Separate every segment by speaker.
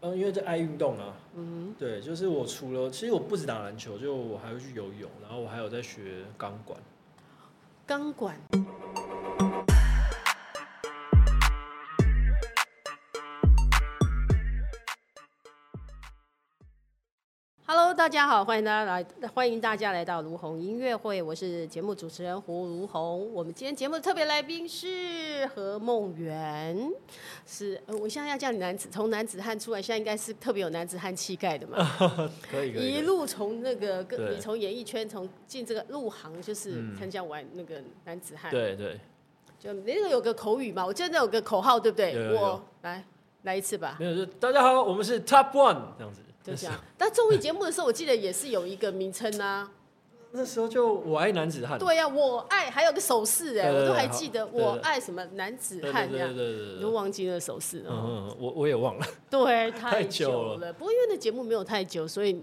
Speaker 1: 嗯因为这爱运动啊，嗯，对，就是我除了其实我不止打篮球，就我还会去游泳，然后我还有在学钢管。
Speaker 2: 钢管，Hello，大家好，欢迎大家来，欢迎大家来到卢红音乐会，我是节目主持人胡卢红。我们今天节目的特别来宾是何梦圆，是，呃我现在要叫你男子，从男子汉出来，现在应该是特别有男子汉气概的嘛。
Speaker 1: 可以可以
Speaker 2: 一
Speaker 1: 可以，
Speaker 2: 路从那个
Speaker 1: 对
Speaker 2: 跟你从演艺圈从进这个入行，就是
Speaker 1: 嗯
Speaker 2: 参加完那个男子汉，
Speaker 1: 对对，
Speaker 2: 就那个有个口语嘛，我记得那有个口号，对不对？
Speaker 1: 有有有
Speaker 2: 我来来一次吧，
Speaker 1: 没有就大家好，我们是 Top One 这样子。
Speaker 2: 就这样。但综艺节目的时候，我记得也是有一个名称 啊，
Speaker 1: 那时候就我爱男子汉，
Speaker 2: 对呀、啊我爱还有个手势哎，
Speaker 1: 对对
Speaker 2: 我
Speaker 1: 对
Speaker 2: 都还记得
Speaker 1: 好对对
Speaker 2: 我爱什么男子
Speaker 1: 对对
Speaker 2: 汉这
Speaker 1: 对对
Speaker 2: 样，
Speaker 1: 对
Speaker 2: 你
Speaker 1: 对
Speaker 2: 都
Speaker 1: 对，
Speaker 2: 忘记那个手势
Speaker 1: 嗯
Speaker 2: 哦。
Speaker 1: 嗯，我我也忘了，
Speaker 2: 对，
Speaker 1: 太久
Speaker 2: 久
Speaker 1: 了
Speaker 2: 了。不过因为那节目没有太久，所以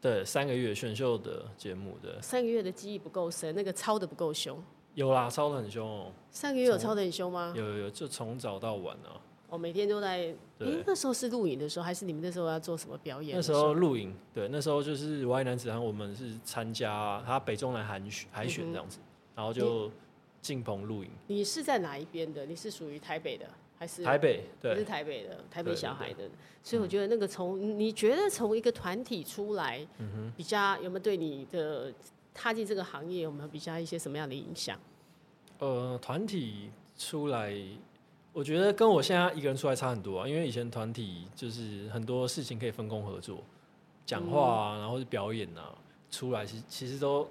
Speaker 1: 对，三个月选秀的节目的
Speaker 2: 三个月的记忆不够深，那个抄的不够凶。
Speaker 1: 有啦，抄的很凶哦，
Speaker 2: 上个月有抄的很凶吗？
Speaker 1: 有有有，就从早到晚啊。
Speaker 2: 我哦每天都在。
Speaker 1: 对
Speaker 2: 诶，那时候是录影的时候，还是你们那时候要做什么表演
Speaker 1: 那
Speaker 2: 的
Speaker 1: 时候录影，对，那时候就是我爱男子汉，我们是参加他北中南海选海
Speaker 2: 嗯
Speaker 1: 选这样子，然后就进棚录影，
Speaker 2: 你是在哪一边的？你是属于台北的还是？
Speaker 1: 台北
Speaker 2: 你是
Speaker 1: 对，
Speaker 2: 台北的，台北
Speaker 1: 对
Speaker 2: 小
Speaker 1: 对嗯
Speaker 2: 孩的，所以我觉得那个从你觉得从一个团体出来，
Speaker 1: 嗯
Speaker 2: 比较有没有对你的踏进这个行业有没有比较一些什么样的影响？
Speaker 1: 呃，团体出来，我觉得跟我现在一个人出来差很多啊，因为以前团体就是很多事情可以分工合作，讲话
Speaker 2: 嗯
Speaker 1: 啊，然后是表演啊，出来其实其实都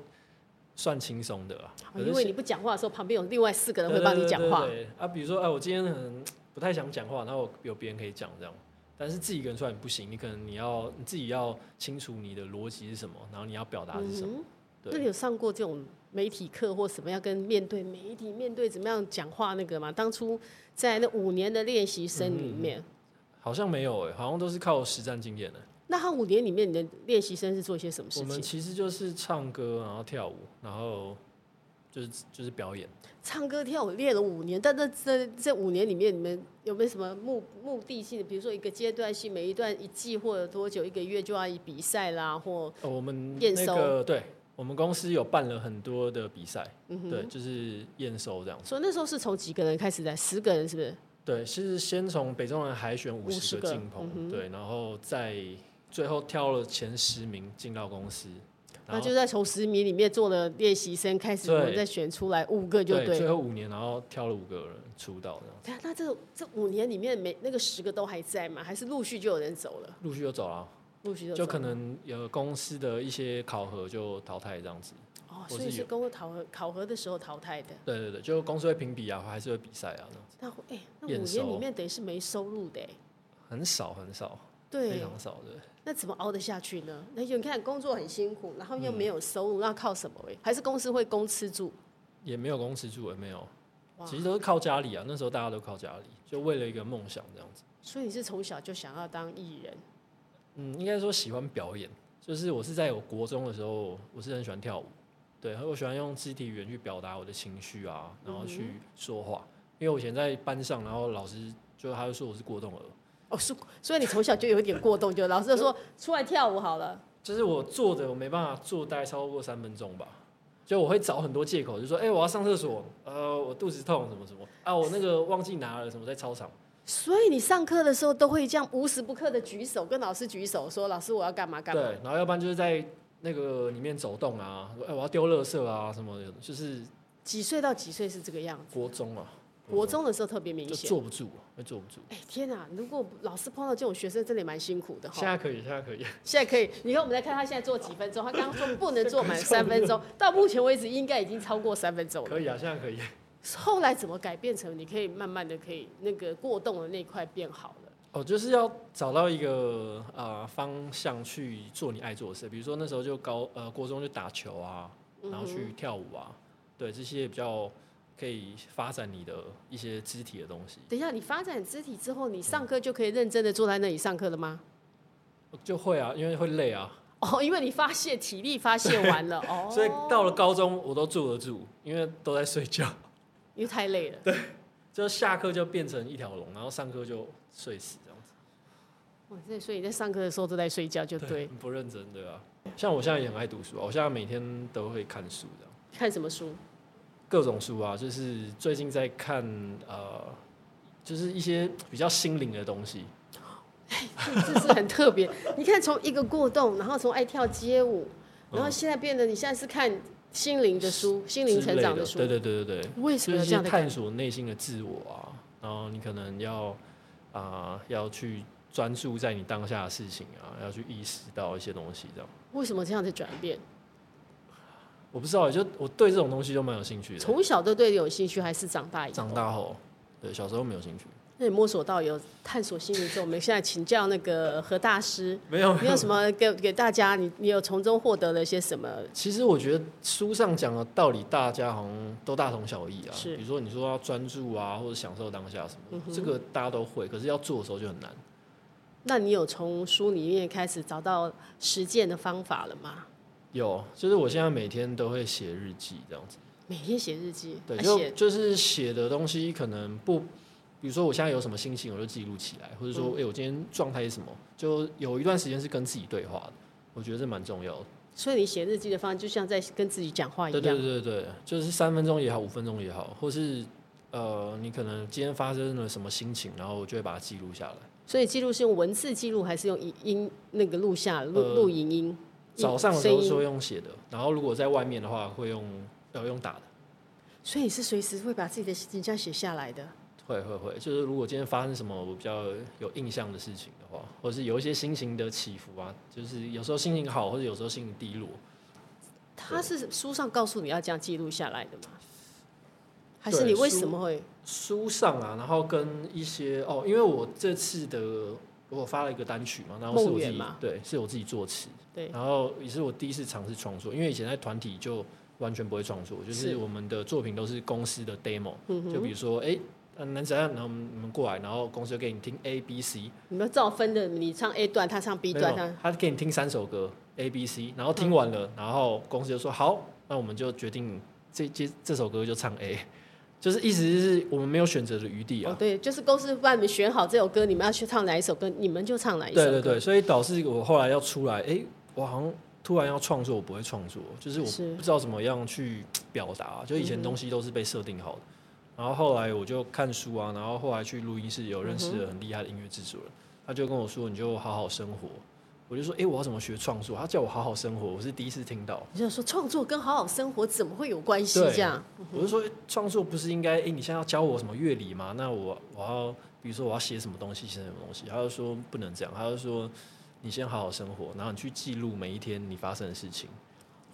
Speaker 1: 算轻松的啊，可
Speaker 2: 哦
Speaker 1: 是
Speaker 2: 因为你不讲话的时候，旁边有另外四个人会
Speaker 1: 对
Speaker 2: 帮
Speaker 1: 对
Speaker 2: 你
Speaker 1: 对
Speaker 2: 讲
Speaker 1: 对
Speaker 2: 话，
Speaker 1: 对啊，比如说，哎，我今天很不太想讲话，然后我有别人可以讲这样，但是自己一个人出来你不行，你可能你要你自己要清楚你的逻辑是什么，然后你要表达是什么。
Speaker 2: 嗯
Speaker 1: 对
Speaker 2: 那你有上过这种媒体课或什么要跟面对媒体面对怎么样讲话那个吗？当初在那五年的练习生
Speaker 1: 嗯
Speaker 2: 里面，
Speaker 1: 好像没有哎、好像都是靠实战经验的。
Speaker 2: 那他五年里面你的练习生是做些什么事
Speaker 1: 我们其
Speaker 2: 情？
Speaker 1: 实就是唱歌，然后跳舞，然后就是就是表演。
Speaker 2: 唱歌跳舞练了五年，但这这这五年里面，你们有没有什么目目的性的？比如说一个阶段性，每一段一季或者多久一个月就要以比赛啦，或
Speaker 1: 哦，我们
Speaker 2: 验
Speaker 1: 那个对，我们公司有办了很多的比赛，
Speaker 2: 嗯哼。
Speaker 1: 对，就是验收这样。
Speaker 2: 所以那时候是从几个人开始的？十个人是不是？
Speaker 1: 对，是先从北中南海选五十
Speaker 2: 50
Speaker 1: 个
Speaker 2: 个
Speaker 1: 进棚
Speaker 2: 嗯，哼
Speaker 1: 对，然后再最后挑了前十名进到公司，然
Speaker 2: 那
Speaker 1: 后
Speaker 2: 就在从十名里面做了练习生开始，
Speaker 1: 对
Speaker 2: 我们再选出来五个就
Speaker 1: 对
Speaker 2: 对
Speaker 1: 最
Speaker 2: 了。
Speaker 1: 后五年，然后挑了五个人出道，这样
Speaker 2: 对啊，那这这五年里面每那个十个都还在吗？还是陆续就有人走了？
Speaker 1: 陆续就走了，啊
Speaker 2: 陆续就走
Speaker 1: 就
Speaker 2: 了
Speaker 1: 可能有公司的一些考核就淘汰这样子。
Speaker 2: 哦，
Speaker 1: 或
Speaker 2: 所以
Speaker 1: 是
Speaker 2: 是
Speaker 1: 有
Speaker 2: 跟我考核考核的时候淘汰的。
Speaker 1: 对对对，就公司会评比啊，还是会比赛啊，这样子
Speaker 2: 那哎、那
Speaker 1: 验
Speaker 2: 五年里
Speaker 1: 收
Speaker 2: 面等于是没收入的哎、
Speaker 1: 很少很少，非
Speaker 2: 对，
Speaker 1: 常少的。
Speaker 2: 那怎么熬得下去呢？那你看工作很辛苦，然后又
Speaker 1: 嗯
Speaker 2: 没有收入，那靠什么、欸？还是公司会供吃住？
Speaker 1: 也没有公司住，也没有，
Speaker 2: 哇
Speaker 1: 其实都是靠家里啊。那时候大家都靠家里，就为了一个梦想这样子。
Speaker 2: 所以你是从小就想要当艺人，
Speaker 1: 嗯，应该说喜欢表演，就是我是在我国中的时候，我是很喜欢跳舞，对，我喜欢用肢体语言去表达我的情绪啊，然
Speaker 2: 嗯
Speaker 1: 后去说话。因为我以前在班上，然后老师就他就说我是过动儿，
Speaker 2: 哦，是，所以你从小就有一点过动，就老师就说出来跳舞好了。
Speaker 1: 就是我坐着我没办法坐待超过三分钟吧。就我会找很多借口，就说，哎、我要上厕所，呃，我肚子痛，什么什么，啊，我那个忘记拿了，什么在操场，
Speaker 2: 所以你上课的时候都会这样无时不刻的举手，跟老师举手说：“老师，我要干嘛干
Speaker 1: 对
Speaker 2: 嘛。，
Speaker 1: 然后要不然就是在那个里面走动啊，哎、我要丢垃圾啊，什么的，就是”
Speaker 2: 几岁到几岁是这个样子？
Speaker 1: 国中啊，
Speaker 2: 国中的时候特别明
Speaker 1: 就
Speaker 2: 显。
Speaker 1: 坐不住，啊会坐不住。
Speaker 2: 哎、天哪！如果老师碰到这种学生，真的也蛮辛苦的哈
Speaker 1: 现。在可以，现在可以。
Speaker 2: 现在可以，你看我们来看他现在做几分钟，他刚刚说不能做 满三分钟，到目前为止应该已经超过三分钟了。
Speaker 1: 可以啊，现在可以。
Speaker 2: 后来怎么改变成你可以慢慢的可以那个过动的那一块变好了？
Speaker 1: 哦，就是要找到一个呃方向去做你爱做的事，比如说那时候就高呃国中就打球啊，然后
Speaker 2: 嗯
Speaker 1: 去跳舞啊，对这些比较可以发展你的一些肢体的东西，
Speaker 2: 等一下，你发展肢体之后，你上课就可以认真的坐在那里上课了吗？
Speaker 1: 就会啊，因为会累啊，
Speaker 2: 哦，因为你发泄体力发泄 完了哦，
Speaker 1: 所以到了高中我都坐得住，因为都在睡觉，
Speaker 2: 因为太累了。
Speaker 1: 就下课就变成一条龙，然后上课就睡死这样子。
Speaker 2: 哇那所以你在上课的时候都在睡觉，就对。
Speaker 1: 不认真对吧？像我现在也很爱读书啊，我现在每天都会看书的，
Speaker 2: 看什么书？
Speaker 1: 各种书啊，就是最近在看呃，就是一些比较心灵的东西。
Speaker 2: 这是很特别。你看，从一个过动，然后从爱跳街舞，然后现在变得你现在是看心灵的书、心灵成长
Speaker 1: 嗯的
Speaker 2: 书。
Speaker 1: 对对对对对，
Speaker 2: 为什
Speaker 1: 就是
Speaker 2: 么有
Speaker 1: 一
Speaker 2: 这
Speaker 1: 些
Speaker 2: 样的感
Speaker 1: 探索内心的自我啊，然后你可能要啊、要去专注在你当下的事情啊，要去意识到一些东西这样。
Speaker 2: 为什么这样的转变？
Speaker 1: 我不知道，就我对这种东西就蛮有兴趣的。
Speaker 2: 从小都对你有兴趣，还是长大以后？
Speaker 1: 长大后，对小时候没有兴趣，
Speaker 2: 那你摸索到有探索心灵之后，我们现在请教那个何大师，
Speaker 1: 没有
Speaker 2: 你有什么给给大家？你你有从中获得了些什么？
Speaker 1: 其实我觉得书上讲的道理，大家好像都大同小异啊。
Speaker 2: 是嗯
Speaker 1: 比如说你说要专注啊，或者享受当下什么的，这个大家都会，可是要做的时候就很难。
Speaker 2: 那你有从书里面开始找到实践的方法了吗？
Speaker 1: 有，就是我现在每天都会写日记这样子。
Speaker 2: 每天写日记，
Speaker 1: 对，
Speaker 2: 啊
Speaker 1: 就
Speaker 2: 写
Speaker 1: 就是写的东西可能不，比如说我现在有什么心情，我就记录起来，或者
Speaker 2: 嗯
Speaker 1: 说，哎、我今天状态是什么，就有一段时间是跟自己对话的，我觉得这蛮重要的。
Speaker 2: 所以你写日记的方式就像在跟自己讲话一
Speaker 1: 对
Speaker 2: 样。
Speaker 1: 对对对，就是三分钟也好，五分钟也好，或是呃，你可能今天发生了什么心情，然后我就会把它记录下来。
Speaker 2: 所以记录是用文字记录，还是用音音那个录下录
Speaker 1: 呃
Speaker 2: 录影音？
Speaker 1: 早上的时
Speaker 2: 声
Speaker 1: 候是
Speaker 2: 音，
Speaker 1: 会用写的，然后如果在外面的话，会用要用打的。
Speaker 2: 所以你是随时会把自己的形象写下来的。
Speaker 1: 会会会，就是如果今天发生什么我比较有印象的事情的话，或是有一些心情的起伏啊，就是有时候心情好，或者有时候心情低落，
Speaker 2: 他是书上告诉你要这样记录下来的吗？还是你为什么会？
Speaker 1: 书上啊，然后跟一些哦，因为我这次的我发了一个单曲嘛，然后是
Speaker 2: 梦
Speaker 1: 我
Speaker 2: 圆
Speaker 1: 自己
Speaker 2: 嘛
Speaker 1: 对，是我自己作词，
Speaker 2: 对，
Speaker 1: 然后也是我第一次尝试创作，因为以前在团体就完全不会创作，就是是我们的作品都是公司的 demo，、
Speaker 2: 嗯哼
Speaker 1: 就比如说哎，呃能怎样，然后我们我们过来，然后公司就给你听 A B C，
Speaker 2: 你们照分的，你唱 A 段，他唱 B 啊
Speaker 1: 没
Speaker 2: 嗯段，
Speaker 1: 有
Speaker 2: 他，
Speaker 1: 他给你听三首歌 A、B、C，然后听完了，然后公司就说好，那我们就决定这这这首歌就唱 A，就是意思是我们没有选择的余地
Speaker 2: 哦
Speaker 1: 啊。
Speaker 2: 对，就是公司帮你们选好这首歌，你们要去唱哪一首歌，你们就唱哪一首
Speaker 1: 对对
Speaker 2: 歌。
Speaker 1: 对，所以导致我后来要出来，哎，我好像突然要创作，我不会创作，就是我
Speaker 2: 是嗯
Speaker 1: 不知道怎么样去表达，就以前东西都是被设定好的。然后后来我就看书啊，然后后来去录音室有
Speaker 2: 嗯
Speaker 1: 认识了很厉害的音乐制作人，他就跟我说你就好好生活，我就说哎我要怎么学创作？他叫我好好生活，我是第一次听到。
Speaker 2: 你就说创作跟好好生活怎么会有关系？
Speaker 1: 对
Speaker 2: 这样，
Speaker 1: 我就说诶创作不是应该，哎、你现在要教我什么乐理吗？那我我要，比如说我要写什么东西，写什么东西？他就说不能这样，他就说你先好好生活，然后你去记录每一天你发生的事情，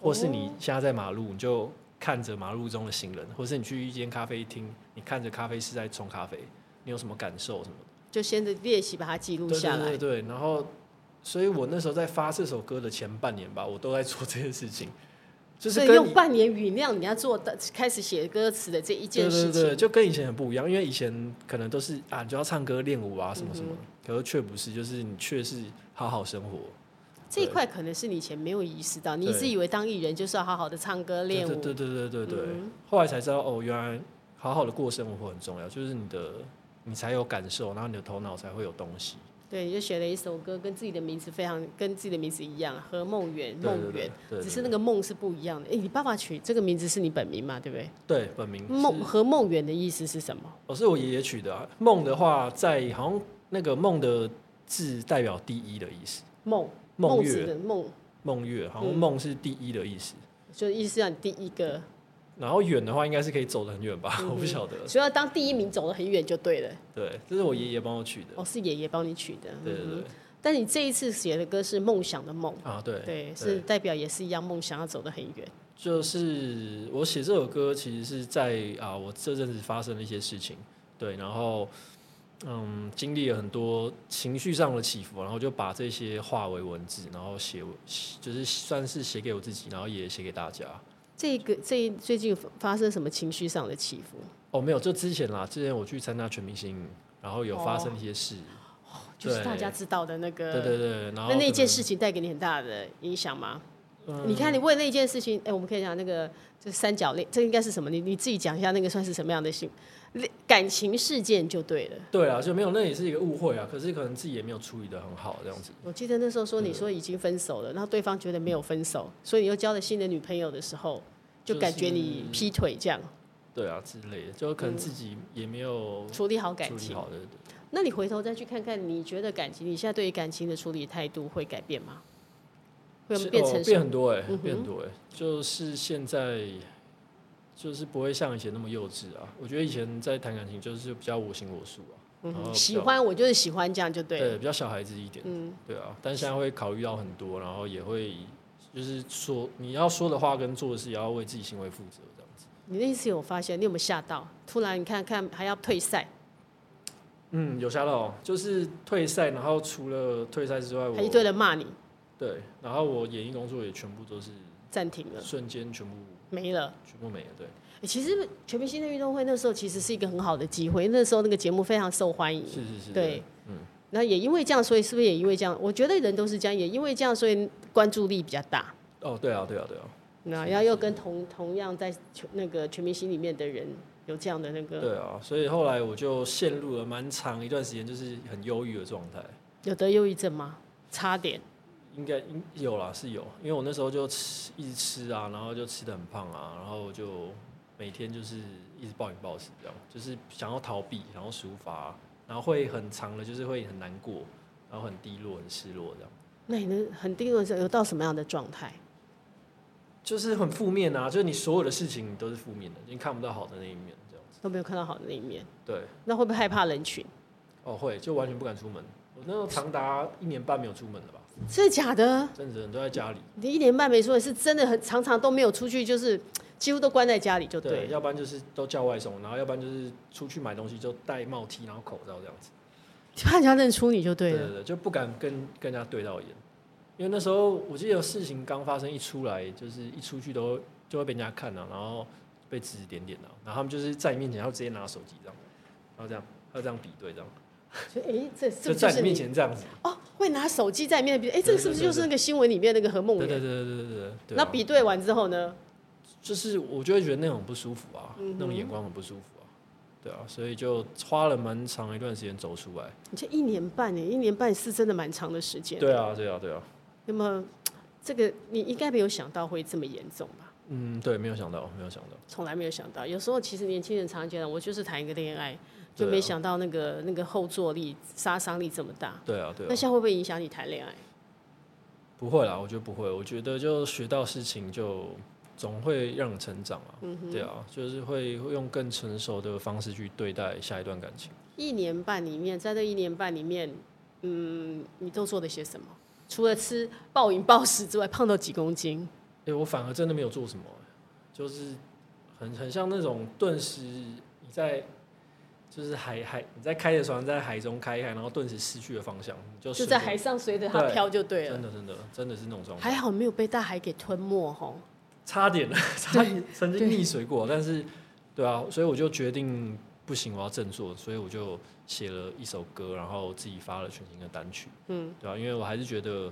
Speaker 1: 或是你现在在马路，你就看着马路中的行人，或是你去一间咖啡厅，你看着咖啡师在冲咖啡，你有什么感受什么的？
Speaker 2: 就先着练习把它记录
Speaker 1: 对
Speaker 2: 下
Speaker 1: 对
Speaker 2: 来。
Speaker 1: 对对，然后，所以我那时候在发这首歌的前半年吧，我都在做这件事情，就是
Speaker 2: 所以
Speaker 1: 跟
Speaker 2: 用
Speaker 1: 以
Speaker 2: 半年酝酿你要做的开始写歌词的这一件事情，
Speaker 1: 对对对，就跟以前很不一样，因为以前可能都是啊，你就要唱歌、练舞啊，什么什
Speaker 2: 嗯
Speaker 1: 么，可是却不是，就是你却是好好生活，
Speaker 2: 这一块可能是你以前没有意识到，你一
Speaker 1: 对
Speaker 2: 直以为当艺人就是要好好的唱歌练舞，嗯
Speaker 1: 对对对对对对对。后来才知道哦，原来好好的过生活很重要，就是你的你才有感受，然后你的头脑才会有东西。
Speaker 2: 对，你就写了一首歌，跟自己的名字非常跟自己的名字一样，何梦圆，
Speaker 1: 对
Speaker 2: 梦
Speaker 1: 对
Speaker 2: 圆
Speaker 1: 对，对对
Speaker 2: 只是那个梦是不一样的。哎，你爸爸取这个名字是你本名嘛？对不对？
Speaker 1: 对，本名
Speaker 2: 梦
Speaker 1: 嗯是，
Speaker 2: 何梦圆的意思是什么？
Speaker 1: 我、是我爷爷取的、啊。梦的话，在好像那个梦的字代表第一的意思，
Speaker 2: 梦
Speaker 1: 梦
Speaker 2: 孟子
Speaker 1: 月
Speaker 2: 的嗯梦，
Speaker 1: 梦月，好像梦是第一的意思。
Speaker 2: 就意思让你第一个，
Speaker 1: 然后远的话，应该是可以走得很远
Speaker 2: 嗯
Speaker 1: 吧？我不晓得。
Speaker 2: 所以要当第一名走得很远就对了。
Speaker 1: 对，这是我爷爷帮我取的。
Speaker 2: 哦，是爷爷帮你取的。
Speaker 1: 对对
Speaker 2: 嗯哼
Speaker 1: 对，
Speaker 2: 但你这一次写的歌是梦想的梦，
Speaker 1: 啊，对，
Speaker 2: 对，是代表也是一样，梦想要走得很远。
Speaker 1: 就是我写这首歌，其实是在啊，我这阵子发生了一些事情，对，然后嗯，经历了很多情绪上的起伏，然后就把这些化为文字，然后写，就是算是写给我自己，然后也写给大家。
Speaker 2: 这个这最近发生什么情绪上的起伏？
Speaker 1: 哦，没有，就之前啦，之前我去参加全明星，然后有发
Speaker 2: 哦
Speaker 1: 生一些事，
Speaker 2: 就是
Speaker 1: 哦对
Speaker 2: 大家知道的那个，
Speaker 1: 对对对，然后
Speaker 2: 那那
Speaker 1: 可
Speaker 2: 件
Speaker 1: 能
Speaker 2: 事情带给你很大的影响吗？
Speaker 1: 嗯
Speaker 2: 你看，你为那件事情，哎、我们可以讲那个就是三角恋，这应该是什么？你你自己讲一下，那个算是什么样的性恋感情事件就对了。
Speaker 1: 对啊，就没有，那也是一个误会啊。可是可能自己也没有处理的很好，这样子。
Speaker 2: 我记得那时候说你
Speaker 1: 嗯
Speaker 2: 说已经分手了，然后对方觉得没有分手，所以你又交了新的女朋友的时候，
Speaker 1: 就
Speaker 2: 就
Speaker 1: 是
Speaker 2: 感觉你劈腿这样，
Speaker 1: 对啊，之类的，就可能自己也没有
Speaker 2: 处理好
Speaker 1: 哦
Speaker 2: 感
Speaker 1: 处理
Speaker 2: 情。
Speaker 1: 好的。
Speaker 2: 那你回头再去看看，你觉得感情，你现在对于感情的处理态度会改变吗？会
Speaker 1: 是
Speaker 2: 变
Speaker 1: 哦
Speaker 2: 成
Speaker 1: 变
Speaker 2: 熟？
Speaker 1: 很多哎、
Speaker 2: 嗯哼
Speaker 1: 变很多哎、就是现在就是不会像以前那么幼稚啊。我觉得以前在谈感情就是比较我行我素啊，
Speaker 2: 嗯
Speaker 1: 然
Speaker 2: 哼
Speaker 1: 后比较
Speaker 2: 喜欢我就是喜欢这样就对了。
Speaker 1: 对，比较小孩子一点，
Speaker 2: 嗯，
Speaker 1: 对啊。但现在会考虑到很多，然后也会就是说你要说的话跟做的事也要为自己行为负责这样子。
Speaker 2: 你那次有发现，你有没有吓到？突然你看看还要退赛，
Speaker 1: 嗯，有吓到哦，就是退赛，然后除了退赛之外，哎我
Speaker 2: 还一堆人骂你，
Speaker 1: 对，然后我演艺工作也全部都是
Speaker 2: 暂停了，
Speaker 1: 瞬间全部
Speaker 2: 没了。
Speaker 1: 全部没了，对，
Speaker 2: 欸其实全明星的运动会那时候其实是一个很好的机会，那时候那个节目非常受欢迎。
Speaker 1: 是是是，
Speaker 2: 对，那也因为这样，所以是不是也因为这样？我觉得人都是这样，也因为这样，所以关注力比较大。
Speaker 1: 哦，对啊，对啊，对啊，
Speaker 2: 那然后又跟同同样在全那个全明星里面的人有这样的那个
Speaker 1: 对啊，所以后来我就陷入了蛮长一段时间，就是很忧郁的状态。
Speaker 2: 有得忧郁症吗？差点，
Speaker 1: 应该应有啦，是有，因为我那时候就吃一直吃啊，然后就吃的很胖啊，然后就每天就是一直暴饮暴食这样，就是想要逃避，想要抒发，然后会很长的，就是会很难过，然后很低落、很失落这样，
Speaker 2: 那你能很低落的时候有到什么样的状态？
Speaker 1: 就是很负面啊，就是你所有的事情都是负面的，你看不到好的那一面这样子。
Speaker 2: 都没有看到好的那一面，
Speaker 1: 对，
Speaker 2: 那会不会害怕人群？
Speaker 1: 哦会，就完全不敢出门。我那时候长达一年半没有出门了吧，
Speaker 2: 真的假的？
Speaker 1: 真的都在家里。
Speaker 2: 你一年半没说，是真的很常常都没有出去，就是几乎都关在家里就对
Speaker 1: 对，
Speaker 2: 了。
Speaker 1: 要不然就是都叫外送，然后要不然就是出去买东西就戴帽 T，然后口罩这样子。
Speaker 2: 怕人家认出你就对啊
Speaker 1: 对
Speaker 2: 了。
Speaker 1: 对对，就不敢跟跟人家对到眼，因为那时候我记得事情刚发生一出来，就是一出去都就会被人家看啊，然后被指指点点啊，然后他们就是在你面前，然后直接拿手机这样，然后这样，还有这样比对这样，
Speaker 2: 所以，哎，这这
Speaker 1: 就
Speaker 2: 不就
Speaker 1: 在
Speaker 2: 是
Speaker 1: 你面
Speaker 2: 你
Speaker 1: 前这样子。
Speaker 2: 哦，会拿手机在面比，哎，这个是不是
Speaker 1: 对对对
Speaker 2: 就是那个新闻里面那个何梦
Speaker 1: 对对对
Speaker 2: 圆？
Speaker 1: 对对对对对。
Speaker 2: 那
Speaker 1: 啊
Speaker 2: 比对完之后呢？
Speaker 1: 就是我就会觉得那种不舒服啊，
Speaker 2: 嗯哼
Speaker 1: 那种眼光很不舒服啊，对啊，所以就花了蛮长一段时间走出来。
Speaker 2: 你这一年半，哎，一年半是真的蛮长的时间。
Speaker 1: 对啊，对啊，对啊。
Speaker 2: 那么这个你应该没有想到会这么严重吧？
Speaker 1: 嗯，对，没有想到，没有想到，
Speaker 2: 从来没有想到，有时候其实年轻人常常觉得我就是谈一个恋爱，就
Speaker 1: 对啊
Speaker 2: 没想到那个那个后坐力、杀伤力这么大。
Speaker 1: 对啊，对
Speaker 2: 那
Speaker 1: 啊，
Speaker 2: 现在会不会影响你谈恋爱？
Speaker 1: 不会啦，我觉得不会，我觉得就学到事情就总会让你成长啊，
Speaker 2: 嗯
Speaker 1: 对啊，就是会会用更成熟的方式去对待下一段感情。
Speaker 2: 一年半里面，在这一年半里面，嗯，你都做了些什么？除了吃暴饮暴食之外，胖到几公斤？
Speaker 1: 哎、我反而真的没有做什么、就是很很像那种顿时你在就是海海你在开着船在海中开一开，然后顿时失去了方向，你就
Speaker 2: 就
Speaker 1: 瞬
Speaker 2: 在
Speaker 1: 间
Speaker 2: 海上随着它
Speaker 1: 对
Speaker 2: 飘就对了
Speaker 1: 真。的真的真的是那种状态，
Speaker 2: 还好没有被大海给吞没吼。
Speaker 1: 差点 差点曾经溺水过，但是对啊，所以我就决定不行，我要振作，所以我就写了一首歌，然后自己发了全新的单曲，
Speaker 2: 嗯，
Speaker 1: 对啊，因为我还是觉得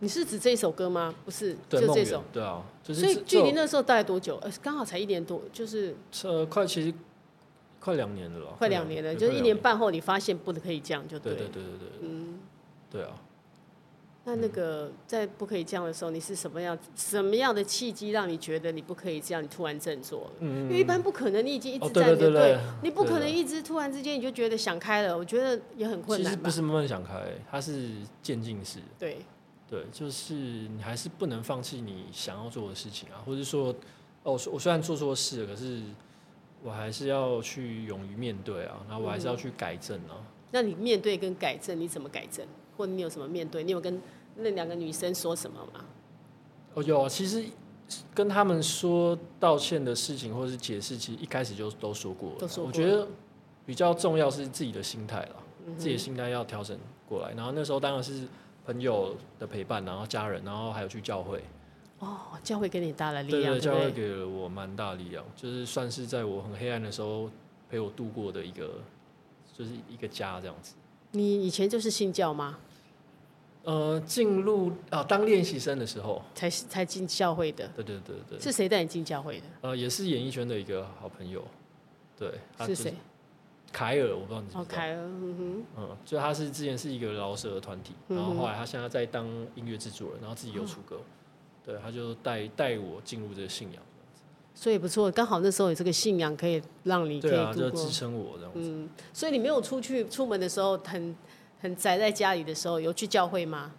Speaker 2: 你是指这首歌吗？不是，
Speaker 1: 对
Speaker 2: 就
Speaker 1: 梦
Speaker 2: 这
Speaker 1: 圆
Speaker 2: 首。，
Speaker 1: 对啊，就是
Speaker 2: 所以
Speaker 1: 这
Speaker 2: 距离那时候大概多久？呃，刚好才一年多，就是
Speaker 1: 这呃快其实快两年了啦，
Speaker 2: 快两年了，
Speaker 1: 哦对
Speaker 2: 就是
Speaker 1: 快
Speaker 2: 一
Speaker 1: 两
Speaker 2: 年半后你发现不可以这样就
Speaker 1: 对对
Speaker 2: 了。
Speaker 1: 对对对，
Speaker 2: 嗯，
Speaker 1: 对啊，
Speaker 2: 那那个在不可以这样的时候，你是什么样什么样的契机让你觉得你不可以这样？你突然振作了？因为一
Speaker 1: 嗯，
Speaker 2: 般不可能，你已经一直
Speaker 1: 哦对
Speaker 2: 在你的
Speaker 1: 对对
Speaker 2: 队
Speaker 1: 对，
Speaker 2: 你不可能
Speaker 1: 对
Speaker 2: 一直突然之间你就觉得想开了，我觉得也很困
Speaker 1: 其实
Speaker 2: 难吧
Speaker 1: 不？是慢慢想开，它是渐进式，
Speaker 2: 对，
Speaker 1: 对，就是你还是不能放弃你想要做的事情啊，或者说，哦，我虽然做错事了，可是我还是要去勇于面对啊，然后我还是
Speaker 2: 嗯
Speaker 1: 要去改正啊。
Speaker 2: 那你面对跟改正，你怎么改正？或你有什么面对？你有跟那两个女生说什么吗？
Speaker 1: 哦，有啊，其实跟他们说道歉的事情或是解释，其实一开始就都说过了
Speaker 2: 都说
Speaker 1: 我
Speaker 2: 过
Speaker 1: 觉得比较重要是自己的心态啦，
Speaker 2: 嗯哼
Speaker 1: 自己的心态要调整过来。然后那时候当然是朋友的陪伴，然后家人，然后还有去教会。
Speaker 2: 哦，教会给你带来力
Speaker 1: 对
Speaker 2: 量，
Speaker 1: 对，
Speaker 2: 对
Speaker 1: 教
Speaker 2: 不
Speaker 1: 会
Speaker 2: 对？
Speaker 1: 给了我蛮大力量，就是算是在我很黑暗的时候陪我度过的一个，就是一个家这样子。
Speaker 2: 你以前就是信教吗？
Speaker 1: 呃，进入啊，当练习生的时候，
Speaker 2: 才才进教会的？
Speaker 1: 对对对对，
Speaker 2: 是谁带你进教会的？
Speaker 1: 呃，也是演艺圈的一个好朋友，对，他
Speaker 2: 是
Speaker 1: 就
Speaker 2: 谁？
Speaker 1: 凯尔，我不知道你知不
Speaker 2: 哦，
Speaker 1: 知道。
Speaker 2: 凯恩，嗯
Speaker 1: 嗯，就他是之前是一个饶舌团体，然后后来他现在在当音乐制作人，然后自
Speaker 2: 嗯
Speaker 1: 己有出歌，对，他就带带我进入这个信仰，
Speaker 2: 哼，所以不错，刚好那时候有这个信仰，可以让你可
Speaker 1: 对啊，
Speaker 2: 以
Speaker 1: 就
Speaker 2: 度
Speaker 1: 支
Speaker 2: 过。
Speaker 1: 撑我这样子。
Speaker 2: 嗯，所以你没有出去出门的时候，很很宅在家里的时候，有去教会吗？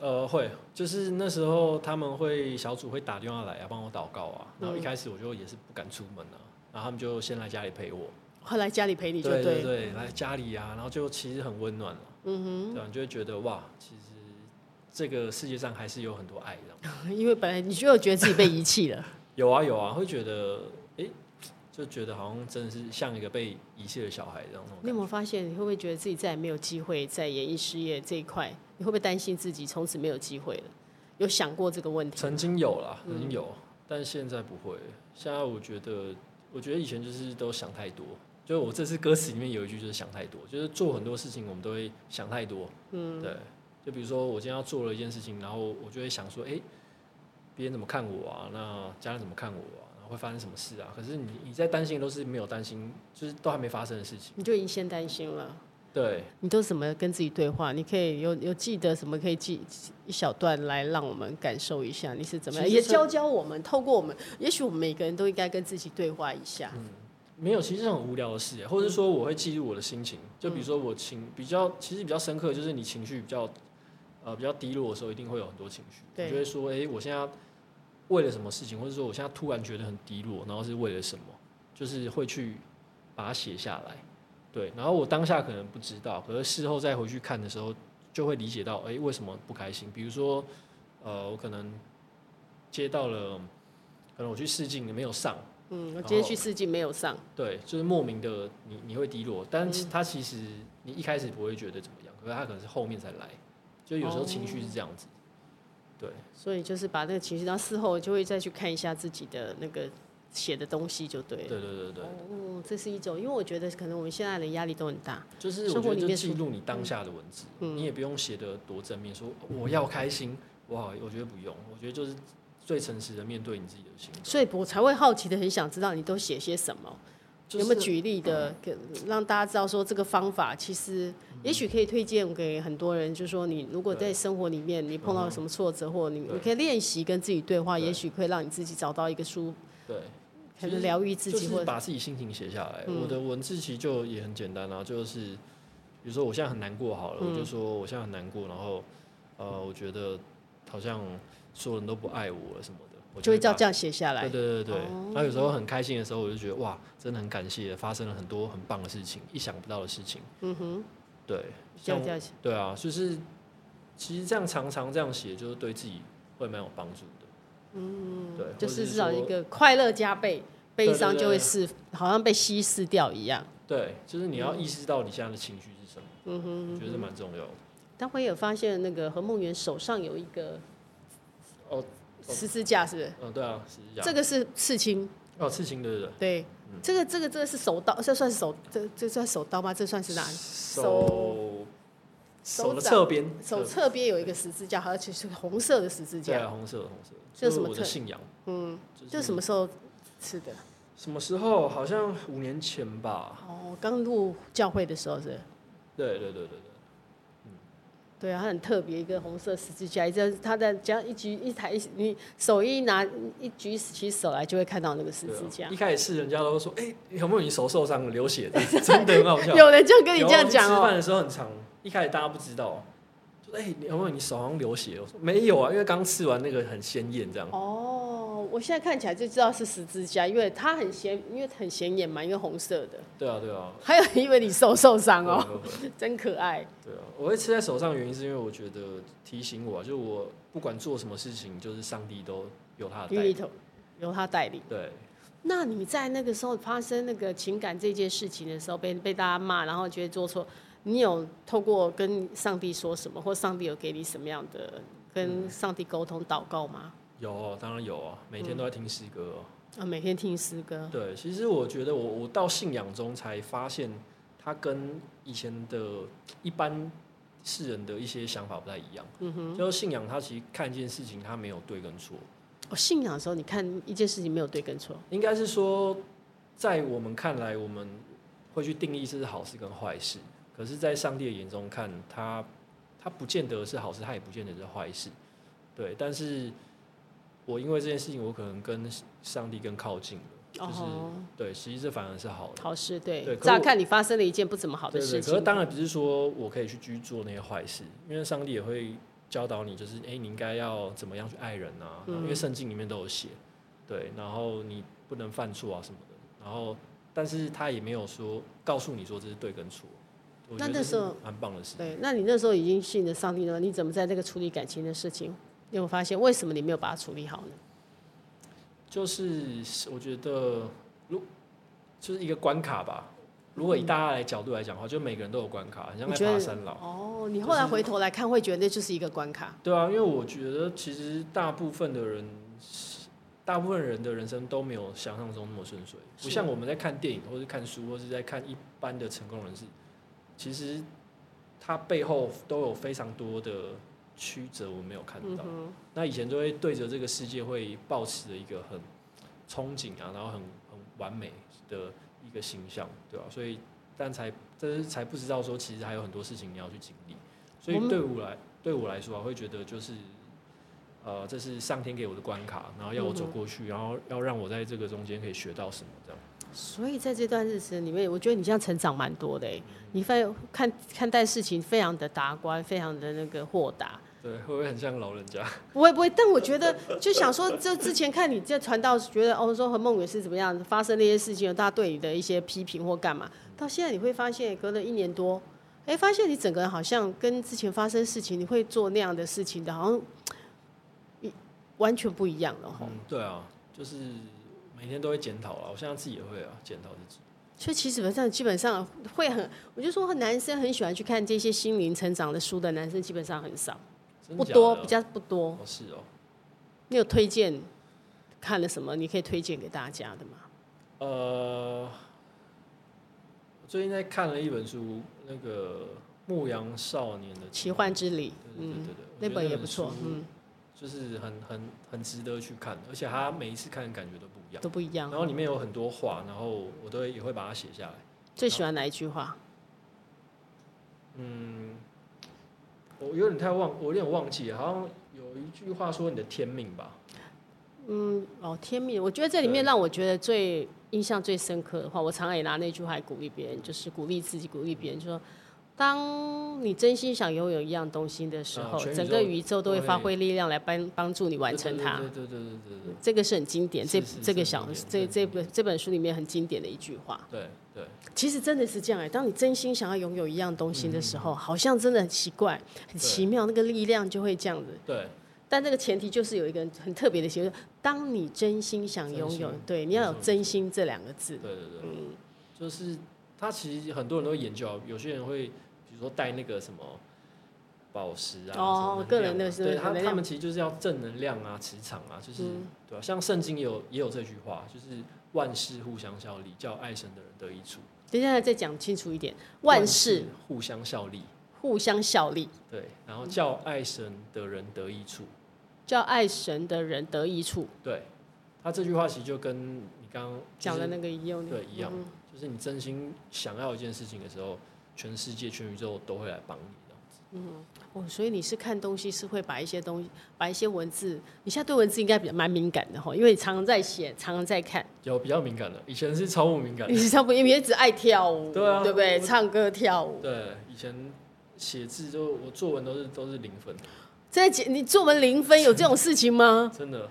Speaker 1: 呃，会，就是那时候他们会小组会打电话来啊，帮我祷告啊，然后一开始我就也是不敢出门啊，然后他们就先来家里陪我，
Speaker 2: 后来家里陪你就
Speaker 1: 对对
Speaker 2: 对
Speaker 1: 对，来家里啊，然后就其实很温暖了、嗯哼，对、啊，你就会觉得哇，其实这个世界上还是有很多爱的，
Speaker 2: 因为本来你就有觉得自己被遗弃了，
Speaker 1: 有啊有啊，会觉得诶，就觉得好像真的是像一个被遗弃的小孩这样那种
Speaker 2: 你
Speaker 1: 感
Speaker 2: 有
Speaker 1: 觉。
Speaker 2: 没有发现？你会不会觉得自己再也没有机会在演艺事业这一块？你会不会担心自己从此没有机会了？有想过这个问题？
Speaker 1: 曾经有啦，曾经有，但现在不会。现在我觉得，我觉得以前就是都想太多。就是我这次歌词里面有一句就是想太多，就是做很多事情我们都会想太多。嗯，对。就比如说我今天要做了一件事情，然后我就会想说，哎、别人怎么看我啊？那家人怎么看我啊？然后会发生什么事啊？可是你你在担心都是没有担心，就是都还没发生的事情。
Speaker 2: 你就已经先担心了。
Speaker 1: 对，
Speaker 2: 你都怎么跟自己对话？你可以有有记得什么？可以记一小段来让我们感受一下你是怎么样，
Speaker 1: 其实
Speaker 2: 也
Speaker 1: 是
Speaker 2: 教教我们，透过我们，也许我们每个人都应该跟自己对话一下。
Speaker 1: 嗯没有，其实是很无聊的事耶，或者说我会记录我的心情，就比如说我情比较，其实比较深刻，就是你情绪比较呃比较低落的时候，一定会有很多情绪，
Speaker 2: 对
Speaker 1: 你就会说，哎、我现在为了什么事情，或者说我现在突然觉得很低落，然后是为了什么，就是会去把它写下来，对，然后我当下可能不知道，可是事后再回去看的时候，就会理解到，哎、为什么不开心？比如说，呃，我可能接到了，可能我去试镜没有上。
Speaker 2: 嗯，我
Speaker 1: 然
Speaker 2: 今天
Speaker 1: 后
Speaker 2: 去试镜没有上，
Speaker 1: 对，就是莫名的你你会低落，
Speaker 2: 嗯
Speaker 1: 但其他其实你一开始不会觉得怎么样，可是他可能是后面才来，就有时候情绪是这样子。对，
Speaker 2: 所以就是把那个情绪，然后事后就会再去看一下自己的那个写的东西就对了。
Speaker 1: 对对对对，
Speaker 2: 哦，这是一种，因为我觉得可能我们现在的压力都很大，
Speaker 1: 就是
Speaker 2: 生
Speaker 1: 我
Speaker 2: 活
Speaker 1: 觉
Speaker 2: 里
Speaker 1: 得就
Speaker 2: 面嗯
Speaker 1: 记录你当下的文字，你也不用写的多正面，说我要开心，哇，我觉得不用，我觉得就是最诚实的面对你自己的心情。
Speaker 2: 所以我才会好奇的很想知道你都写些什么，
Speaker 1: 就是
Speaker 2: 有没有举例的，给让大家知道说这个方法其实
Speaker 1: 嗯
Speaker 2: 也许可以推荐给很多人，就说你如果在生活里面你碰到什么挫折，或你
Speaker 1: 嗯对
Speaker 2: 你可以练习跟自己对话，
Speaker 1: 对
Speaker 2: 也许可以让你自己找到一个舒，
Speaker 1: 对，其
Speaker 2: 可能
Speaker 1: 实
Speaker 2: 疗愈自己
Speaker 1: 就
Speaker 2: 或嗯
Speaker 1: 是把自己心情写下来。我的文字其实就也很简单啊，就是比如说我现在很难过好了，
Speaker 2: 嗯
Speaker 1: 我就说我现在很难过，然后呃，我觉得好像所有人都不爱我了什么的，我
Speaker 2: 就会照
Speaker 1: 叫
Speaker 2: 这样写下来哦
Speaker 1: 对。对对对，然后有时候很开心的时候，我就觉得哇，真的很感谢，发生了很多很棒的事情，意想不到的事情。嗯哼，对，
Speaker 2: 这
Speaker 1: 像
Speaker 2: 样这样写，
Speaker 1: 对啊，就是其实这样常常这样写，就是对自己会蛮有帮助的。嗯，对，或
Speaker 2: 就
Speaker 1: 者
Speaker 2: 是至少
Speaker 1: 说
Speaker 2: 一个快乐加倍，
Speaker 1: 对对
Speaker 2: 悲伤就会
Speaker 1: 对
Speaker 2: 释，好像被稀释掉一样。
Speaker 1: 对，就是你
Speaker 2: 嗯
Speaker 1: 要意识到你现在的情绪是什么，嗯哼，觉得这蛮重要的。
Speaker 2: 但我也有发现，那个何梦圆手上有一个
Speaker 1: 哦，
Speaker 2: 十字架，是不是？
Speaker 1: 嗯，对啊，是这样。
Speaker 2: 这个是刺青，
Speaker 1: 哦，刺青对对对，
Speaker 2: 对，
Speaker 1: 嗯
Speaker 2: 这个这个这个是手刀，这算是手，这这算手刀吗？这算是哪里？
Speaker 1: 手
Speaker 2: 手
Speaker 1: 手的
Speaker 2: 掌
Speaker 1: 侧边，
Speaker 2: 手
Speaker 1: 侧
Speaker 2: 侧边有一个十字架，而且是红色的十字
Speaker 1: 对
Speaker 2: 架。
Speaker 1: 啊，红色的红色的，
Speaker 2: 这
Speaker 1: 就是是
Speaker 2: 什么
Speaker 1: 我的
Speaker 2: 特
Speaker 1: 信仰。嗯，
Speaker 2: 这什么时候吃的？
Speaker 1: 什么时候？好像五年前吧。
Speaker 2: 哦，刚入教会的时候是。
Speaker 1: 对对对对对，
Speaker 2: 对啊，它很特别，一个红色十字架，这它在只要一举一抬，一你手一拿一举起手来，就会看到那个十
Speaker 1: 对啊
Speaker 2: 字架
Speaker 1: 一。开始是人家都说，哎，有没有你手受伤了流血 的？真的很好笑。
Speaker 2: 有人就跟
Speaker 1: 啊
Speaker 2: 你
Speaker 1: 有啊
Speaker 2: 这样讲
Speaker 1: 吃
Speaker 2: 哦、
Speaker 1: 饭的时候很长，一开始大家不知道，就说哎、你有没有你手好像流血？我说没有啊，因为刚吃完那个很鲜艳这样。
Speaker 2: 哦，我现在看起来就知道是十字架，因为它很显，因为很显眼嘛，因为红色的。
Speaker 1: 对啊，对啊。
Speaker 2: 还有因为你手受伤哦、
Speaker 1: 对啊
Speaker 2: 真可爱。
Speaker 1: 对啊，我会吃在手上，的原因是因为我觉得提醒我啊，就我不管做什么事情，就是上帝都有他的
Speaker 2: 与
Speaker 1: 带
Speaker 2: 你
Speaker 1: 领。
Speaker 2: 同由他带领。
Speaker 1: 对，
Speaker 2: 那你在那个时候发生那个情感这件事情的时候，被被大家骂，然后觉得做错，你有透过跟上帝说什么，或上帝有给你什么样的
Speaker 1: 嗯
Speaker 2: 跟上帝沟通祷告吗？
Speaker 1: 有哦当然有啊，每天都在听诗歌、哦。
Speaker 2: 啊，每天听诗歌，
Speaker 1: 对，其实我觉得我我到信仰中才发现，它跟以前的一般世人的一些想法不太一样。
Speaker 2: 嗯哼，
Speaker 1: 就是信仰，他其实看一件事情，他没有对跟错，
Speaker 2: 我、哦信仰的时候，你看一件事情没有对跟错，
Speaker 1: 应该是说，在我们看来，我们会去定义这是好事跟坏事。可是，在上帝的眼中看，他他不见得是好事，他也不见得是坏事。对，但是我因为这件事情，我可能跟上帝更靠近了，就是、
Speaker 2: 哦
Speaker 1: 对，实际这反而是好的。
Speaker 2: 好事对，
Speaker 1: 对可
Speaker 2: 乍
Speaker 1: 我
Speaker 2: 看你发生了一件不怎么好的
Speaker 1: 对对，
Speaker 2: 事
Speaker 1: 可是
Speaker 2: 情，
Speaker 1: 当然不是说我可以去去做那些坏事，因为上帝也会教导你，就是哎、诶你应该要怎么样去爱人啊，
Speaker 2: 嗯
Speaker 1: 因为圣经里面都有写，对，然后你不能犯错啊什么的，然后但是他也没有说告诉你说这是对跟错，我觉得
Speaker 2: 那那
Speaker 1: 这
Speaker 2: 时
Speaker 1: 是
Speaker 2: 候
Speaker 1: 蛮棒的事。
Speaker 2: 对，那你那时候已经信了上帝了，你怎么在这个处理感情的事情，你有没有发现为什么你没有把它处理好呢？
Speaker 1: 就是我觉得，如就是一个关卡吧。如果以大家来角度来讲的话，就每个人都有关卡，很像
Speaker 2: 你
Speaker 1: 在
Speaker 2: 嗯觉
Speaker 1: 爬
Speaker 2: 得
Speaker 1: 山老。
Speaker 2: 哦，你后来回头来看，会觉得那就是一个关卡，
Speaker 1: 对啊，因为我觉得其实大部分的人是，大部分人的人生都没有想象中那么顺遂，
Speaker 2: 是
Speaker 1: 不像我们在看电影或是看书或是在看一般的成功人士，其实他背后都有非常多的曲折，我们没有看
Speaker 2: 嗯
Speaker 1: 到。
Speaker 2: 哼，
Speaker 1: 那以前就会对着这个世界会抱持着一个很憧憬啊，然后很很完美的一个形象，对啊吧、所以但才但是才不知道说，其实还有很多事情你要去经历。所
Speaker 2: 我
Speaker 1: 以
Speaker 2: 们
Speaker 1: 对我来对我来说啊，会觉得就是呃，这是上天给我的关卡，然后要我
Speaker 2: 嗯
Speaker 1: 走过去，然后要让我在这个中间可以学到什么这样。
Speaker 2: 所以在这段日子里面，我觉得你这样成长蛮多的诶，欸你发现看看待事情非常的达观，非常的那个豁达。
Speaker 1: 对，会不会很像老人家？
Speaker 2: 不会不会，但我觉得就想说，这之前看你这传道，觉得哦，说和梦远是怎么样发生那些事情，有大家对你的一些批评或干嘛，到现在你会发现，隔了一年多，哎，发现你整个人好像跟之前发生事情，你会做那样的事情的，好像一完全不一样了哦吼。
Speaker 1: 嗯，对啊，就是每天都会检讨啊，我现在自己也会啊，检讨自己。
Speaker 2: 所以其实上基本上会很，我就说男生很喜欢去看这些心灵成长的书的男生，基本上很少，
Speaker 1: 真
Speaker 2: 不
Speaker 1: 假
Speaker 2: 多，
Speaker 1: 的
Speaker 2: 比较不多
Speaker 1: 哦。是哦。
Speaker 2: 你有推荐看了什么？你可以推荐给大家的吗？
Speaker 1: 呃，我最近在看了一本书，那个《牧羊少年的
Speaker 2: 奇幻之旅，
Speaker 1: 对对
Speaker 2: 嗯，
Speaker 1: 对对，我
Speaker 2: 那
Speaker 1: 觉
Speaker 2: 本
Speaker 1: 得
Speaker 2: 也
Speaker 1: 本
Speaker 2: 不错
Speaker 1: 书，
Speaker 2: 嗯，
Speaker 1: 就是很很很值得去看，而且他每一次看感觉都不一样。
Speaker 2: 都不一样
Speaker 1: 然。后里面有很多话，然后我都会也会把它写下来。
Speaker 2: 最喜欢哪一句话？
Speaker 1: 嗯，我有点太忘，我有点忘记了，好像有一句话说你的天命吧。
Speaker 2: 嗯，哦，天命。我觉得这里面
Speaker 1: 对
Speaker 2: 让我觉得最印象最深刻的话，我常常也拿那句话来鼓励别人，就是鼓励自己，鼓励别人，就说。当你真心想拥有一样东西的时
Speaker 1: 啊
Speaker 2: 候，
Speaker 1: 全宇
Speaker 2: 整
Speaker 1: 宙
Speaker 2: 个宇宙都会
Speaker 1: 都
Speaker 2: 发
Speaker 1: 会
Speaker 2: 挥力量来帮帮助你完
Speaker 1: 对
Speaker 2: 成
Speaker 1: 对
Speaker 2: 它。
Speaker 1: 对对对对对对
Speaker 2: 这个是很经典，这
Speaker 1: 是是
Speaker 2: 这个
Speaker 1: 是
Speaker 2: 小
Speaker 1: 很经
Speaker 2: 这
Speaker 1: 典
Speaker 2: 这本这本书里面很经典的一句话。
Speaker 1: 对对
Speaker 2: 其实真的是这样哎、当你真心想要拥有一样东西的时
Speaker 1: 嗯
Speaker 2: 候，好像真的很奇怪、很奇妙，那个力量就会这样子。
Speaker 1: 对，
Speaker 2: 但这个前提就是有一个很特别的形式，当你真心想拥有
Speaker 1: 真心，
Speaker 2: 对，你要有“真心”这两个字
Speaker 1: 对。对对，
Speaker 2: 嗯
Speaker 1: 就是他其实很多人都会研究啊，有些人会比如说戴那个什么宝石啊，什
Speaker 2: 哦
Speaker 1: 么能量啊
Speaker 2: 个人的是
Speaker 1: 对他
Speaker 2: 能量
Speaker 1: 他们其实就是要正能量啊，磁场啊，就是、
Speaker 2: 嗯
Speaker 1: 对吧、像圣经也有也有这句话，就是万事互相效力，叫爱神的人得益处。
Speaker 2: 接下来再讲清楚一点，万事
Speaker 1: 互相效力，
Speaker 2: 互相效力，
Speaker 1: 对，然
Speaker 2: 嗯
Speaker 1: 后叫爱神的人得益处。
Speaker 2: 叫爱神的人得益处，
Speaker 1: 对，他这句话其实就跟你刚刚
Speaker 2: 讲的
Speaker 1: 就是
Speaker 2: 那个一样。
Speaker 1: 对一样
Speaker 2: 嗯
Speaker 1: 就是你真心想要一件事情的时候，全世界、全宇宙都会来帮你的。
Speaker 2: 哦，所以你是看东西是会把一些东西，把一些文字，你现在对文字应该比较蛮敏感的哈，因为你常常在写，常常 在看，
Speaker 1: 有比较敏感的，以前是超不敏感
Speaker 2: 你
Speaker 1: 的。
Speaker 2: 是不，因为你也只爱跳舞，
Speaker 1: 对啊
Speaker 2: 不对？
Speaker 1: 我
Speaker 2: 唱歌跳 舞，
Speaker 1: 对，以前写字就我作文都是都是零分，
Speaker 2: 在解你作文零分有这种事情吗？
Speaker 1: 真的，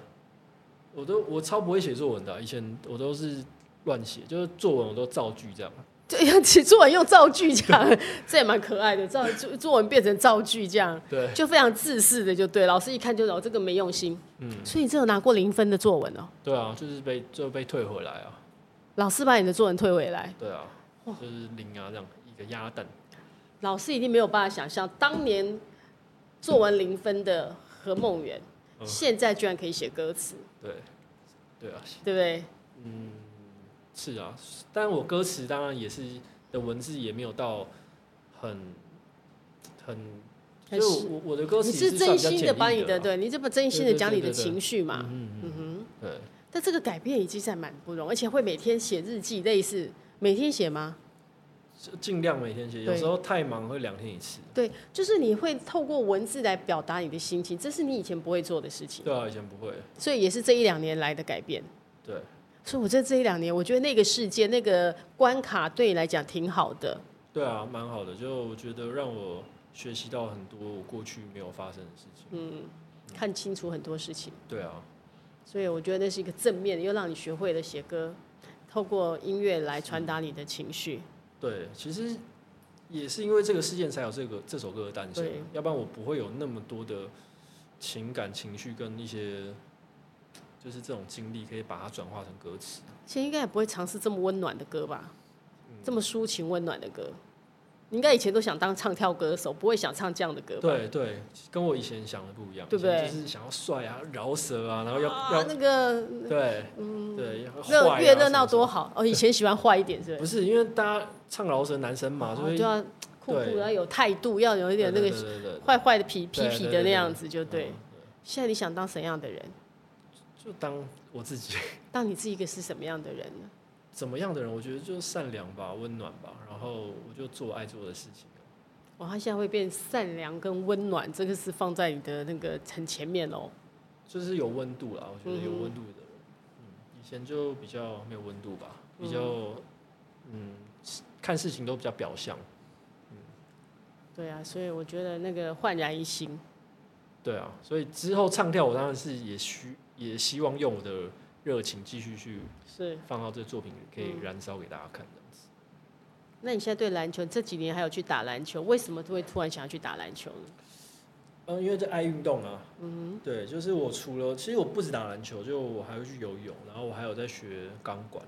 Speaker 1: 我都我超不会写作文的啊、以前我都是乱写，就是作文我都造句这样。
Speaker 2: 对，要写作文用造句这样，这也蛮可爱的。造作作文变成造句这样，
Speaker 1: 对，
Speaker 2: 就非常自私的，就对。老师一看就知哦道这个没用心。
Speaker 1: 嗯，
Speaker 2: 所以你真的拿过零分的作文哦？
Speaker 1: 对啊，就是被就被退回来啊，
Speaker 2: 老师把你的作文退回来，
Speaker 1: 对啊，就是零啊这样一个鸭蛋。
Speaker 2: 老师一定没有办法想象当年作文零分的何梦圆，
Speaker 1: 嗯
Speaker 2: 现在居然可以写歌词，
Speaker 1: 对，对啊，
Speaker 2: 对不对？
Speaker 1: 是啊，但我歌词当然也是的文字也没有到很很，
Speaker 2: 很
Speaker 1: 就是我我的歌词
Speaker 2: 你
Speaker 1: 也
Speaker 2: 是
Speaker 1: 算
Speaker 2: 真
Speaker 1: 比较
Speaker 2: 心
Speaker 1: 简
Speaker 2: 的
Speaker 1: 易
Speaker 2: 把你的
Speaker 1: 的啦，
Speaker 2: 对，你这么真心的
Speaker 1: 对对
Speaker 2: 讲你的
Speaker 1: 对对
Speaker 2: 情绪嘛，
Speaker 1: 嗯嗯
Speaker 2: 嗯哼。
Speaker 1: 对，
Speaker 2: 但这个改变已经在蛮不容易，而且会每天写日记，类似每天写吗？
Speaker 1: 就尽量每天写，有
Speaker 2: 对
Speaker 1: 时候太忙会两天一次。
Speaker 2: 对，就是你会透过文字来表达你的心情，这是你以前不会做的事情，
Speaker 1: 对啊，以前不会，
Speaker 2: 所以也是这一两年来的改变。
Speaker 1: 对，
Speaker 2: 所以我在这一两年，我觉得那个事件、那个关卡对你来讲挺好的。
Speaker 1: 对啊，蛮好的，就我觉得让我学习到很多我过去没有发生的事情。
Speaker 2: 嗯，看清楚很多事情，
Speaker 1: 对啊，
Speaker 2: 所以我觉得那是一个正面的，又让你学会了写歌，透过音乐来传达你的情绪。
Speaker 1: 对，其实也是因为这个事件才有这个这首歌的诞生
Speaker 2: 对，
Speaker 1: 要不然我不会有那么多的情感情绪跟一些就是这种经历，可以把它转化成歌词。
Speaker 2: 现在应该也不会尝试这么温暖的歌吧？
Speaker 1: 嗯
Speaker 2: 这么抒情温暖的歌，你应该以前都想当唱跳歌手，不会想唱这样的歌吧？
Speaker 1: 对对，跟我以前想的不一样，
Speaker 2: 对不对
Speaker 1: 以前就是想要帅啊、饶舌啊，然后要、
Speaker 2: 啊嗯
Speaker 1: 要，
Speaker 2: 那个
Speaker 1: 对，对，要坏
Speaker 2: 热
Speaker 1: 啊
Speaker 2: 越
Speaker 1: 什
Speaker 2: 热
Speaker 1: 么
Speaker 2: 闹
Speaker 1: 什么
Speaker 2: 多好哦！以前喜欢坏一点是不
Speaker 1: 不
Speaker 2: 是？
Speaker 1: 是因为大家唱饶舌男生嘛，就
Speaker 2: 哦
Speaker 1: 会
Speaker 2: 就要酷酷，
Speaker 1: 啊对
Speaker 2: 要有态度，要有一点那
Speaker 1: 对
Speaker 2: 个
Speaker 1: 对对对
Speaker 2: 坏坏的皮皮
Speaker 1: 对
Speaker 2: 皮
Speaker 1: 对
Speaker 2: 的
Speaker 1: 对
Speaker 2: 那
Speaker 1: 对
Speaker 2: 样子，就对
Speaker 1: 嗯。
Speaker 2: 现在你想当什么样的人？
Speaker 1: 就当我自己
Speaker 2: 当你自己一个是什么样的人呢？
Speaker 1: 怎么样的人，我觉得就善良吧、温暖吧，然后我就做我爱做的事情。
Speaker 2: 哇，哦他现在会变善良跟温暖，这个是放在你的那个很前面哦。
Speaker 1: 就是有温度啦，我觉得有
Speaker 2: 嗯哼
Speaker 1: 温度的人，嗯，以前就比较没有温度吧，比较，嗯，看事情都比较表象，
Speaker 2: 对啊，所以我觉得那个焕然一新。
Speaker 1: 对啊，所以之后唱跳，我当然是也需也希望用我的热情继续去
Speaker 2: 是，
Speaker 1: 放到这个作品里，可以燃烧给大家看这样子。
Speaker 2: 那你现在对篮球这几年还有去打篮球，为什么会突然想要去打篮球呢？
Speaker 1: 嗯，因为这爱运动啊，嗯，对，就是我除了其实我不止打篮球，就我还会去游泳，然后我还有在学钢管，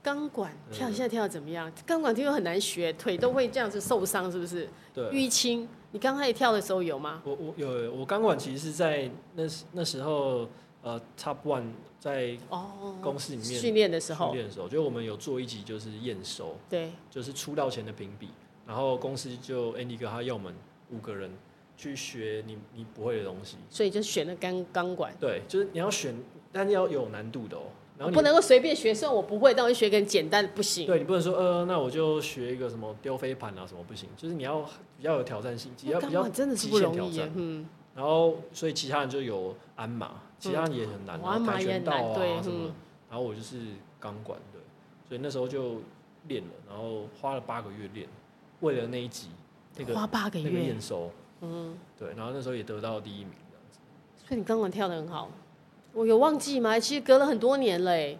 Speaker 2: 钢管
Speaker 1: 嗯
Speaker 2: 跳，现在跳的怎么样？钢管听说很难学，腿都会这样子受伤，是不是？
Speaker 1: 对，啊
Speaker 2: 淤青，你刚开始跳的时候有吗？
Speaker 1: 我我有我钢管其实是在那时那时候呃 Top One 在
Speaker 2: 哦，
Speaker 1: 公司里面
Speaker 2: 训练的时
Speaker 1: 训
Speaker 2: 候，
Speaker 1: 练的时候，就我们有做一集就是验收，
Speaker 2: 对，
Speaker 1: 就是出道前的评比，然后公司就 Andy 哥他要我们五个人去学你你不会的东西，
Speaker 2: 所以就选了钢钢管，
Speaker 1: 对，就是你要选，但要有难度的哦、然后你
Speaker 2: 不能够随便学，虽然我不会，但我学个简单的不行。
Speaker 1: 对你不能说呃，那我就学一个什么丢飞盘啊什么不行，就是你要比较有挑战性，比较比
Speaker 2: 那哦钢
Speaker 1: 较
Speaker 2: 管真的是
Speaker 1: 极
Speaker 2: 不
Speaker 1: 限
Speaker 2: 容
Speaker 1: 挑
Speaker 2: 易耶
Speaker 1: 战，。
Speaker 2: 嗯，
Speaker 1: 然后所以其他人就有鞍马，其他人也很难，
Speaker 2: 嗯
Speaker 1: 然后跆拳道
Speaker 2: 鞍马
Speaker 1: 啊
Speaker 2: 也很难对
Speaker 1: 什么的
Speaker 2: 嗯，
Speaker 1: 然后我就是钢管对，所以那时候就练了，然后花了八个月练，为了那一集那个
Speaker 2: 花八个
Speaker 1: 那个
Speaker 2: 月
Speaker 1: 验，收，
Speaker 2: 嗯，
Speaker 1: 对，然后那时候也得到第一名这样子，
Speaker 2: 所以你钢管跳的很好。我有忘记吗？其实隔了很多年嘞，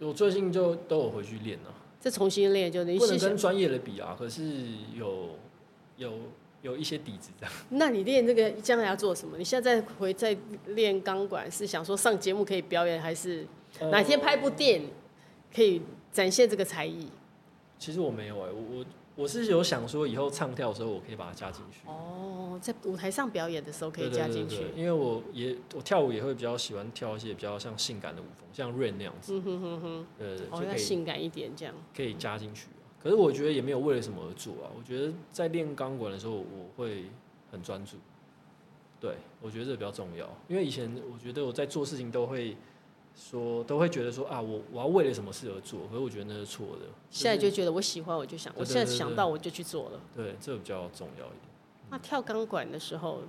Speaker 1: 我最近就都有回去练了、
Speaker 2: 再重新练就你
Speaker 1: 不能
Speaker 2: 是想
Speaker 1: 跟专业的比啊，可是有有有一些底子这样，
Speaker 2: 那你练这个将来要做什么？你现在回再练钢管，是想说上节目可以表演，还是
Speaker 1: 呃
Speaker 2: 哪天拍部电影可以展现这个才艺？
Speaker 1: 其实我没有哎、我我我是有想说以后唱跳的时候我可以把它加进去。
Speaker 2: 哦，在舞台上表演的时候可以
Speaker 1: 对对
Speaker 2: 加
Speaker 1: 对
Speaker 2: 进去。
Speaker 1: 对因为我也我跳舞也会比较喜欢跳一些比较像性感的舞风，像 Rain 那样子，
Speaker 2: 嗯哼哼哼，
Speaker 1: 呃，就
Speaker 2: 哦，要
Speaker 1: 可以
Speaker 2: 性感一点这样。
Speaker 1: 可以加进去。啊可是我觉得也没有为了什么而做啊，我觉得在练钢管的时候我会很专注，对我觉得这比较重要，因为以前我觉得我在做事情都会说都会觉得说啊我我要为了什么事而做，可是我觉得那是错的，
Speaker 2: 现在就觉得我喜欢，我就想，
Speaker 1: 对
Speaker 2: 我
Speaker 1: 对
Speaker 2: 现在
Speaker 1: 对对
Speaker 2: 想
Speaker 1: 对嗯
Speaker 2: 到我就去做了。
Speaker 1: 对这个比较重要一点。
Speaker 2: 那跳钢管的时候，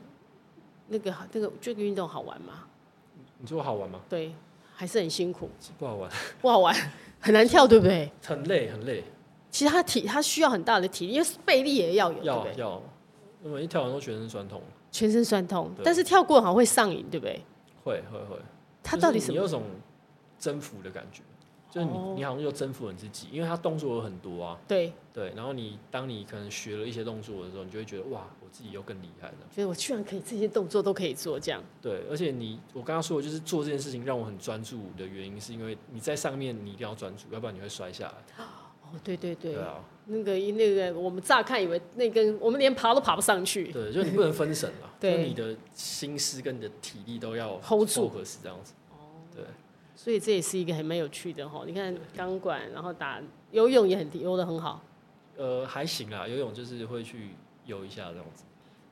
Speaker 2: 那个那个这个运动好玩吗？
Speaker 1: 你说好玩吗？
Speaker 2: 对，还是很辛苦，
Speaker 1: 不好玩，
Speaker 2: 不 好玩，很难跳，对不对？
Speaker 1: 很累很累，
Speaker 2: 其实他体他需要很大的体力，因为背力也要有，对不
Speaker 1: 要
Speaker 2: 对？
Speaker 1: 要，我们一跳完都全身酸痛。
Speaker 2: 全身酸痛，
Speaker 1: 对
Speaker 2: 但是跳过好像会上瘾，对不对？
Speaker 1: 会会会，
Speaker 2: 他
Speaker 1: 就是
Speaker 2: 到底什
Speaker 1: 你
Speaker 2: 么
Speaker 1: 有？种征服的感觉，就是你、
Speaker 2: 哦
Speaker 1: 你好像就征服了你自己，因为他动作有很多啊，
Speaker 2: 对，
Speaker 1: 对，然后你当你可能学了一些动作的时候，你就会觉得哇，我自己又更厉害了，
Speaker 2: 觉得我居然可以这些动作都可以做，这样
Speaker 1: 对，而且你我刚刚说的就是做这件事情让我很专注的原因，是因为你在上面你一定要专注，要不然你会摔下来，
Speaker 2: 哦，对对对，
Speaker 1: 对啊，
Speaker 2: 那个那个我们乍看以为那根我们连爬都爬不上去，，
Speaker 1: 对，就你不能分神了
Speaker 2: 对
Speaker 1: 就你的心思跟你的体力都要
Speaker 2: Hold 住
Speaker 1: 合适这样子，对，
Speaker 2: 所以这也是一个很蛮有趣的哈。你看钢管，然后打游泳也很游的很好，
Speaker 1: 呃，还行啦，游泳就是会去。游一下这样子。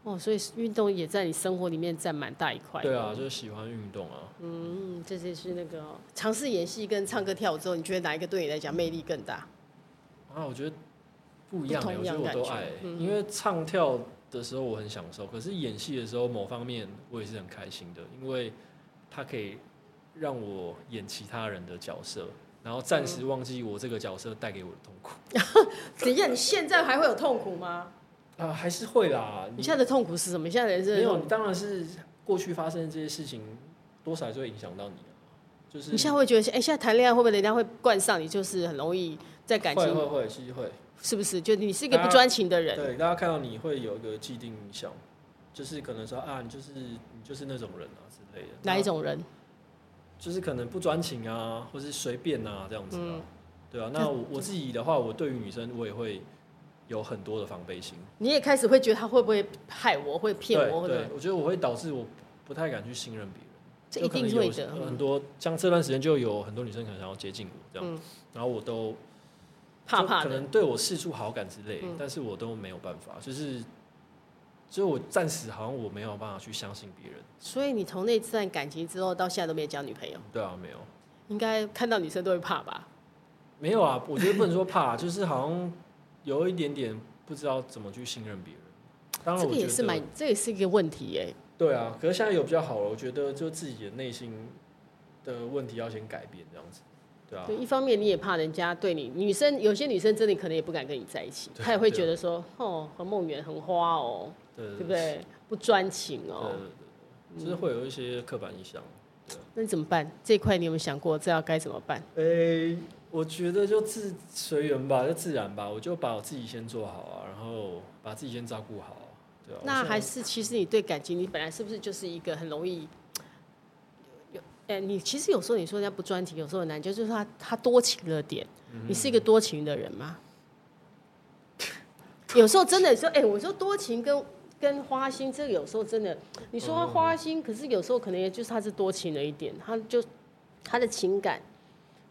Speaker 2: 哦，所以运动也在你生活里面占蛮大一块。
Speaker 1: 对啊，，就是喜欢运动啊。
Speaker 2: 嗯，这就是那个哦尝试演戏跟唱歌跳舞之后，你觉得哪一个对你来讲魅力更大？
Speaker 1: 啊，我觉得不一样、
Speaker 2: 不
Speaker 1: 欸，
Speaker 2: 同
Speaker 1: 我觉得我
Speaker 2: 样
Speaker 1: 都
Speaker 2: 感觉
Speaker 1: 爱欸、
Speaker 2: 嗯
Speaker 1: 因为唱跳的时候我很享受，可是演戏的时候某方面我也是很开心的，因为它可以让我演其他人的角色，然后暂时忘记我这个角色带给我的痛苦。
Speaker 2: 等一下，你现在还会有痛苦吗？
Speaker 1: 啊，还是会啦，
Speaker 2: 你
Speaker 1: 你
Speaker 2: 现在的痛苦是什么？你现在人生
Speaker 1: 没
Speaker 2: 的
Speaker 1: 有，
Speaker 2: 痛
Speaker 1: 你当然是过去发生的这些事情，多少还是会影响到你啊。就是
Speaker 2: 你现在会觉得，哎、现在谈恋爱会不会人家会冠上你，就是很容易在感
Speaker 1: 会
Speaker 2: 情
Speaker 1: 会会是会，
Speaker 2: 是不是？就你是一个
Speaker 1: 大
Speaker 2: 不
Speaker 1: 家
Speaker 2: 专情的人，
Speaker 1: 对，啊大家看到你会有一个既定印象，就是可能说啊，你就是你就是那种人啊之类的。
Speaker 2: 哪一？种人？
Speaker 1: 就是可能不专情啊，或是随便啊这样子啊，
Speaker 2: 嗯
Speaker 1: 对啊。
Speaker 2: 但
Speaker 1: 那我我自己的话，我对于女生我也会有很多的防备心，
Speaker 2: 你也开始会觉得他会不会害我，会骗我，会
Speaker 1: 对
Speaker 2: 不
Speaker 1: 对
Speaker 2: 会？，
Speaker 1: 我觉得我会导致我不太敢去信任别人。
Speaker 2: 这
Speaker 1: 就
Speaker 2: 一
Speaker 1: 可能
Speaker 2: 定会
Speaker 1: 有
Speaker 2: 的。
Speaker 1: 有很
Speaker 2: 嗯
Speaker 1: 多像这段时间就有很多女生可能想要接近我这样，
Speaker 2: 嗯
Speaker 1: 然后我都
Speaker 2: 怕
Speaker 1: 就
Speaker 2: 怕
Speaker 1: 可
Speaker 2: 的，
Speaker 1: 能对我示出好感之类，
Speaker 2: 嗯
Speaker 1: 但是我都没有办法，就是。就是我暂时好像我没有办法去相信别人，
Speaker 2: 所以你从那段感情之后到现在都没有交女朋友，
Speaker 1: 对啊，没有，
Speaker 2: 应该看到女生都会怕吧？
Speaker 1: 没有啊，我 觉得不能说怕，就是好像有一点点不知道怎么去信任别人。当然，
Speaker 2: 这
Speaker 1: 我
Speaker 2: 个
Speaker 1: 觉
Speaker 2: 也
Speaker 1: 得
Speaker 2: 是蛮，这也是一个问题耶、
Speaker 1: 对啊。可是现在有比较好了，我觉得就自己的内心的问题要先改变，这样子，对啊
Speaker 2: 对，。一方面你也怕人家对你，女生有些女生真的可能也不敢跟你在一起，
Speaker 1: 对
Speaker 2: 她也会
Speaker 1: 对啊
Speaker 2: 觉得说，哦，和梦圆很花哦，
Speaker 1: 对
Speaker 2: 对不？对？不专情
Speaker 1: 对
Speaker 2: 哦
Speaker 1: 对。对对，就是会有一些刻板印象。
Speaker 2: 那你怎么办？这一块你有没有想过这要该怎么办？
Speaker 1: 诶、我觉得就自随缘吧，就自然吧。我就把我自己先做好啊，然后把自己先照顾好啊、对啊。
Speaker 2: 那
Speaker 1: 我现在
Speaker 2: 还是其实你对感情，你本来是不是就是一个很容易？有，哎，你其实有时候你说人家不专情，有时候很难，就是他他多情了点。
Speaker 1: 嗯
Speaker 2: 你是一个多情的人吗？ 有时候真的说，哎、我说多情跟跟花心，这个有时候真的，你说
Speaker 1: 嗯
Speaker 2: 他花心，可是有时候可能也就是他是多情了一点，他就他的情感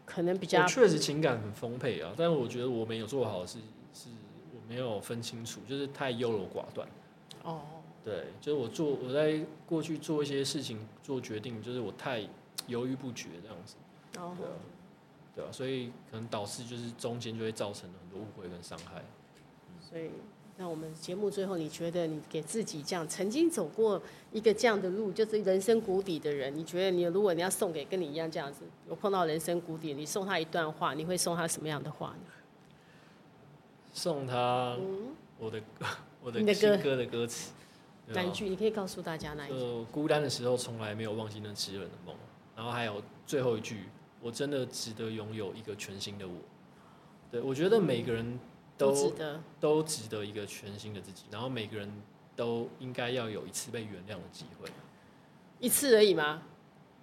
Speaker 2: 可能比较
Speaker 1: 我哦确实情感很丰沛啊，但我觉得我没有做好是是我没有分清楚，就是太优柔寡断。
Speaker 2: 哦，
Speaker 1: 对，就是我做我在过去做一些事情做决定，就是我太犹豫不决这样子，
Speaker 2: 然后
Speaker 1: 对啊，对啊，所以可能导致就是中间就会造成很多误会跟伤害。
Speaker 2: 所以，那我们节目最后，你觉得你给自己这样曾经走过一个这样的路，就是人生谷底的人，你觉得你如果你要送给跟你一样这样子，有碰到人生谷底，你送他一段话，你会送他什么样的话呢？
Speaker 1: 送他我的 我的
Speaker 2: 嗯你的歌
Speaker 1: 新歌的歌词，对啊
Speaker 2: 哪一句？你可以告诉大家哪一句？
Speaker 1: 就孤单的时候从来没有忘记那炙热的梦，然后还有最后一句，我真的值得拥有一个全新的我。对，我觉得每个人
Speaker 2: 都
Speaker 1: 都
Speaker 2: 值得。
Speaker 1: 都值得一个全新的自己，然后每个人都应该要有一次被原谅的机会。
Speaker 2: 一次而已吗？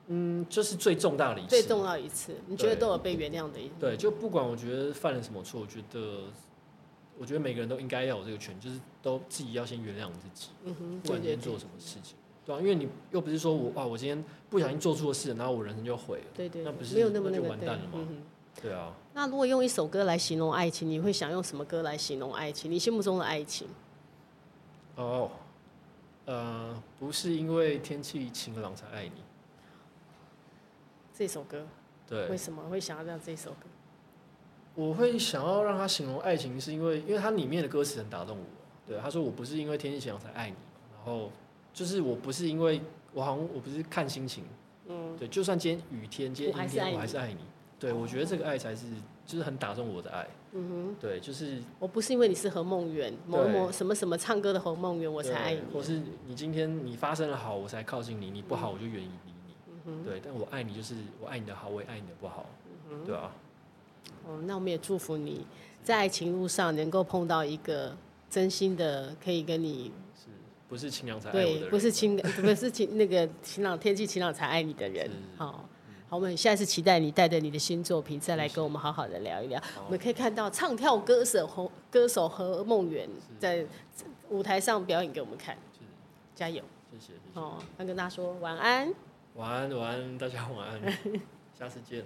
Speaker 1: 嗯，这是最重大的一次。
Speaker 2: 最重要一次，你觉得
Speaker 1: 对
Speaker 2: 都有被原谅的一次？
Speaker 1: 对，就不管我觉得犯了什么错，我觉得，我觉得每个人都应该要有这个权，就是都自己要先原谅自己，
Speaker 2: 嗯哼，
Speaker 1: 不
Speaker 2: 对
Speaker 1: 管今
Speaker 2: 对
Speaker 1: 天
Speaker 2: 对
Speaker 1: 做，什么事情，对啊，因为你又不是说我啊，我今天不小心做错事，然后我人生就毁了，
Speaker 2: 对对，
Speaker 1: 那
Speaker 2: 对
Speaker 1: 不是
Speaker 2: 没有那么
Speaker 1: 那
Speaker 2: 那
Speaker 1: 就
Speaker 2: 个
Speaker 1: 完
Speaker 2: 对，
Speaker 1: 蛋了
Speaker 2: 嗯
Speaker 1: 吗
Speaker 2: 哼。
Speaker 1: 对啊。
Speaker 2: 那如果用一首歌来形容爱情，你会想用什么歌来形容爱情？你心目中的爱情？
Speaker 1: 哦，呃，不是因为天气晴朗才爱你，
Speaker 2: 这首歌
Speaker 1: 对，
Speaker 2: 为什么会想要让这首歌？
Speaker 1: 我会想要让他形容爱情，是因为因为它里面的歌词很打动我。对，他说我不是因为天气晴朗才爱你嘛，然后就是我不是因为我好像我不是看心情，
Speaker 2: 嗯，
Speaker 1: 对，就算今天雨天，今
Speaker 2: 我
Speaker 1: 天
Speaker 2: 还
Speaker 1: 阴
Speaker 2: 是爱
Speaker 1: 天，
Speaker 2: 你
Speaker 1: 我还是爱你。对，我觉得这个爱才是就是很打动我的爱。
Speaker 2: 嗯哼，
Speaker 1: 对，就是
Speaker 2: 我不是因为你是何梦圆，某
Speaker 1: 对
Speaker 2: 某什么什么唱歌的何梦圆，我才
Speaker 1: 对
Speaker 2: 爱你。
Speaker 1: 或是你今天你发生了好，我才靠近你；你不好，我就远离你。
Speaker 2: 嗯哼，嗯
Speaker 1: 对，但我爱你，就是我爱你的好，我也爱你的不好。对啊，
Speaker 2: 哦，那我们也祝福你在爱情路上能够碰到一个真心的，可以跟你
Speaker 1: 是不是晴朗才爱我的
Speaker 2: 对，
Speaker 1: 人？
Speaker 2: 不是晴， 不是晴那个晴朗天气晴朗才爱你的人
Speaker 1: 是。
Speaker 2: 好，好，我们下次期待你带着你的新作品再来跟我们好好的聊一聊。我们可以看到唱跳歌手红歌手何梦圆在舞台上表演给我们看，
Speaker 1: 是
Speaker 2: 加油！
Speaker 1: 谢谢谢谢。
Speaker 2: 哦，要跟大家说晚安。
Speaker 1: 晚安，晚安，大家晚安，下次见。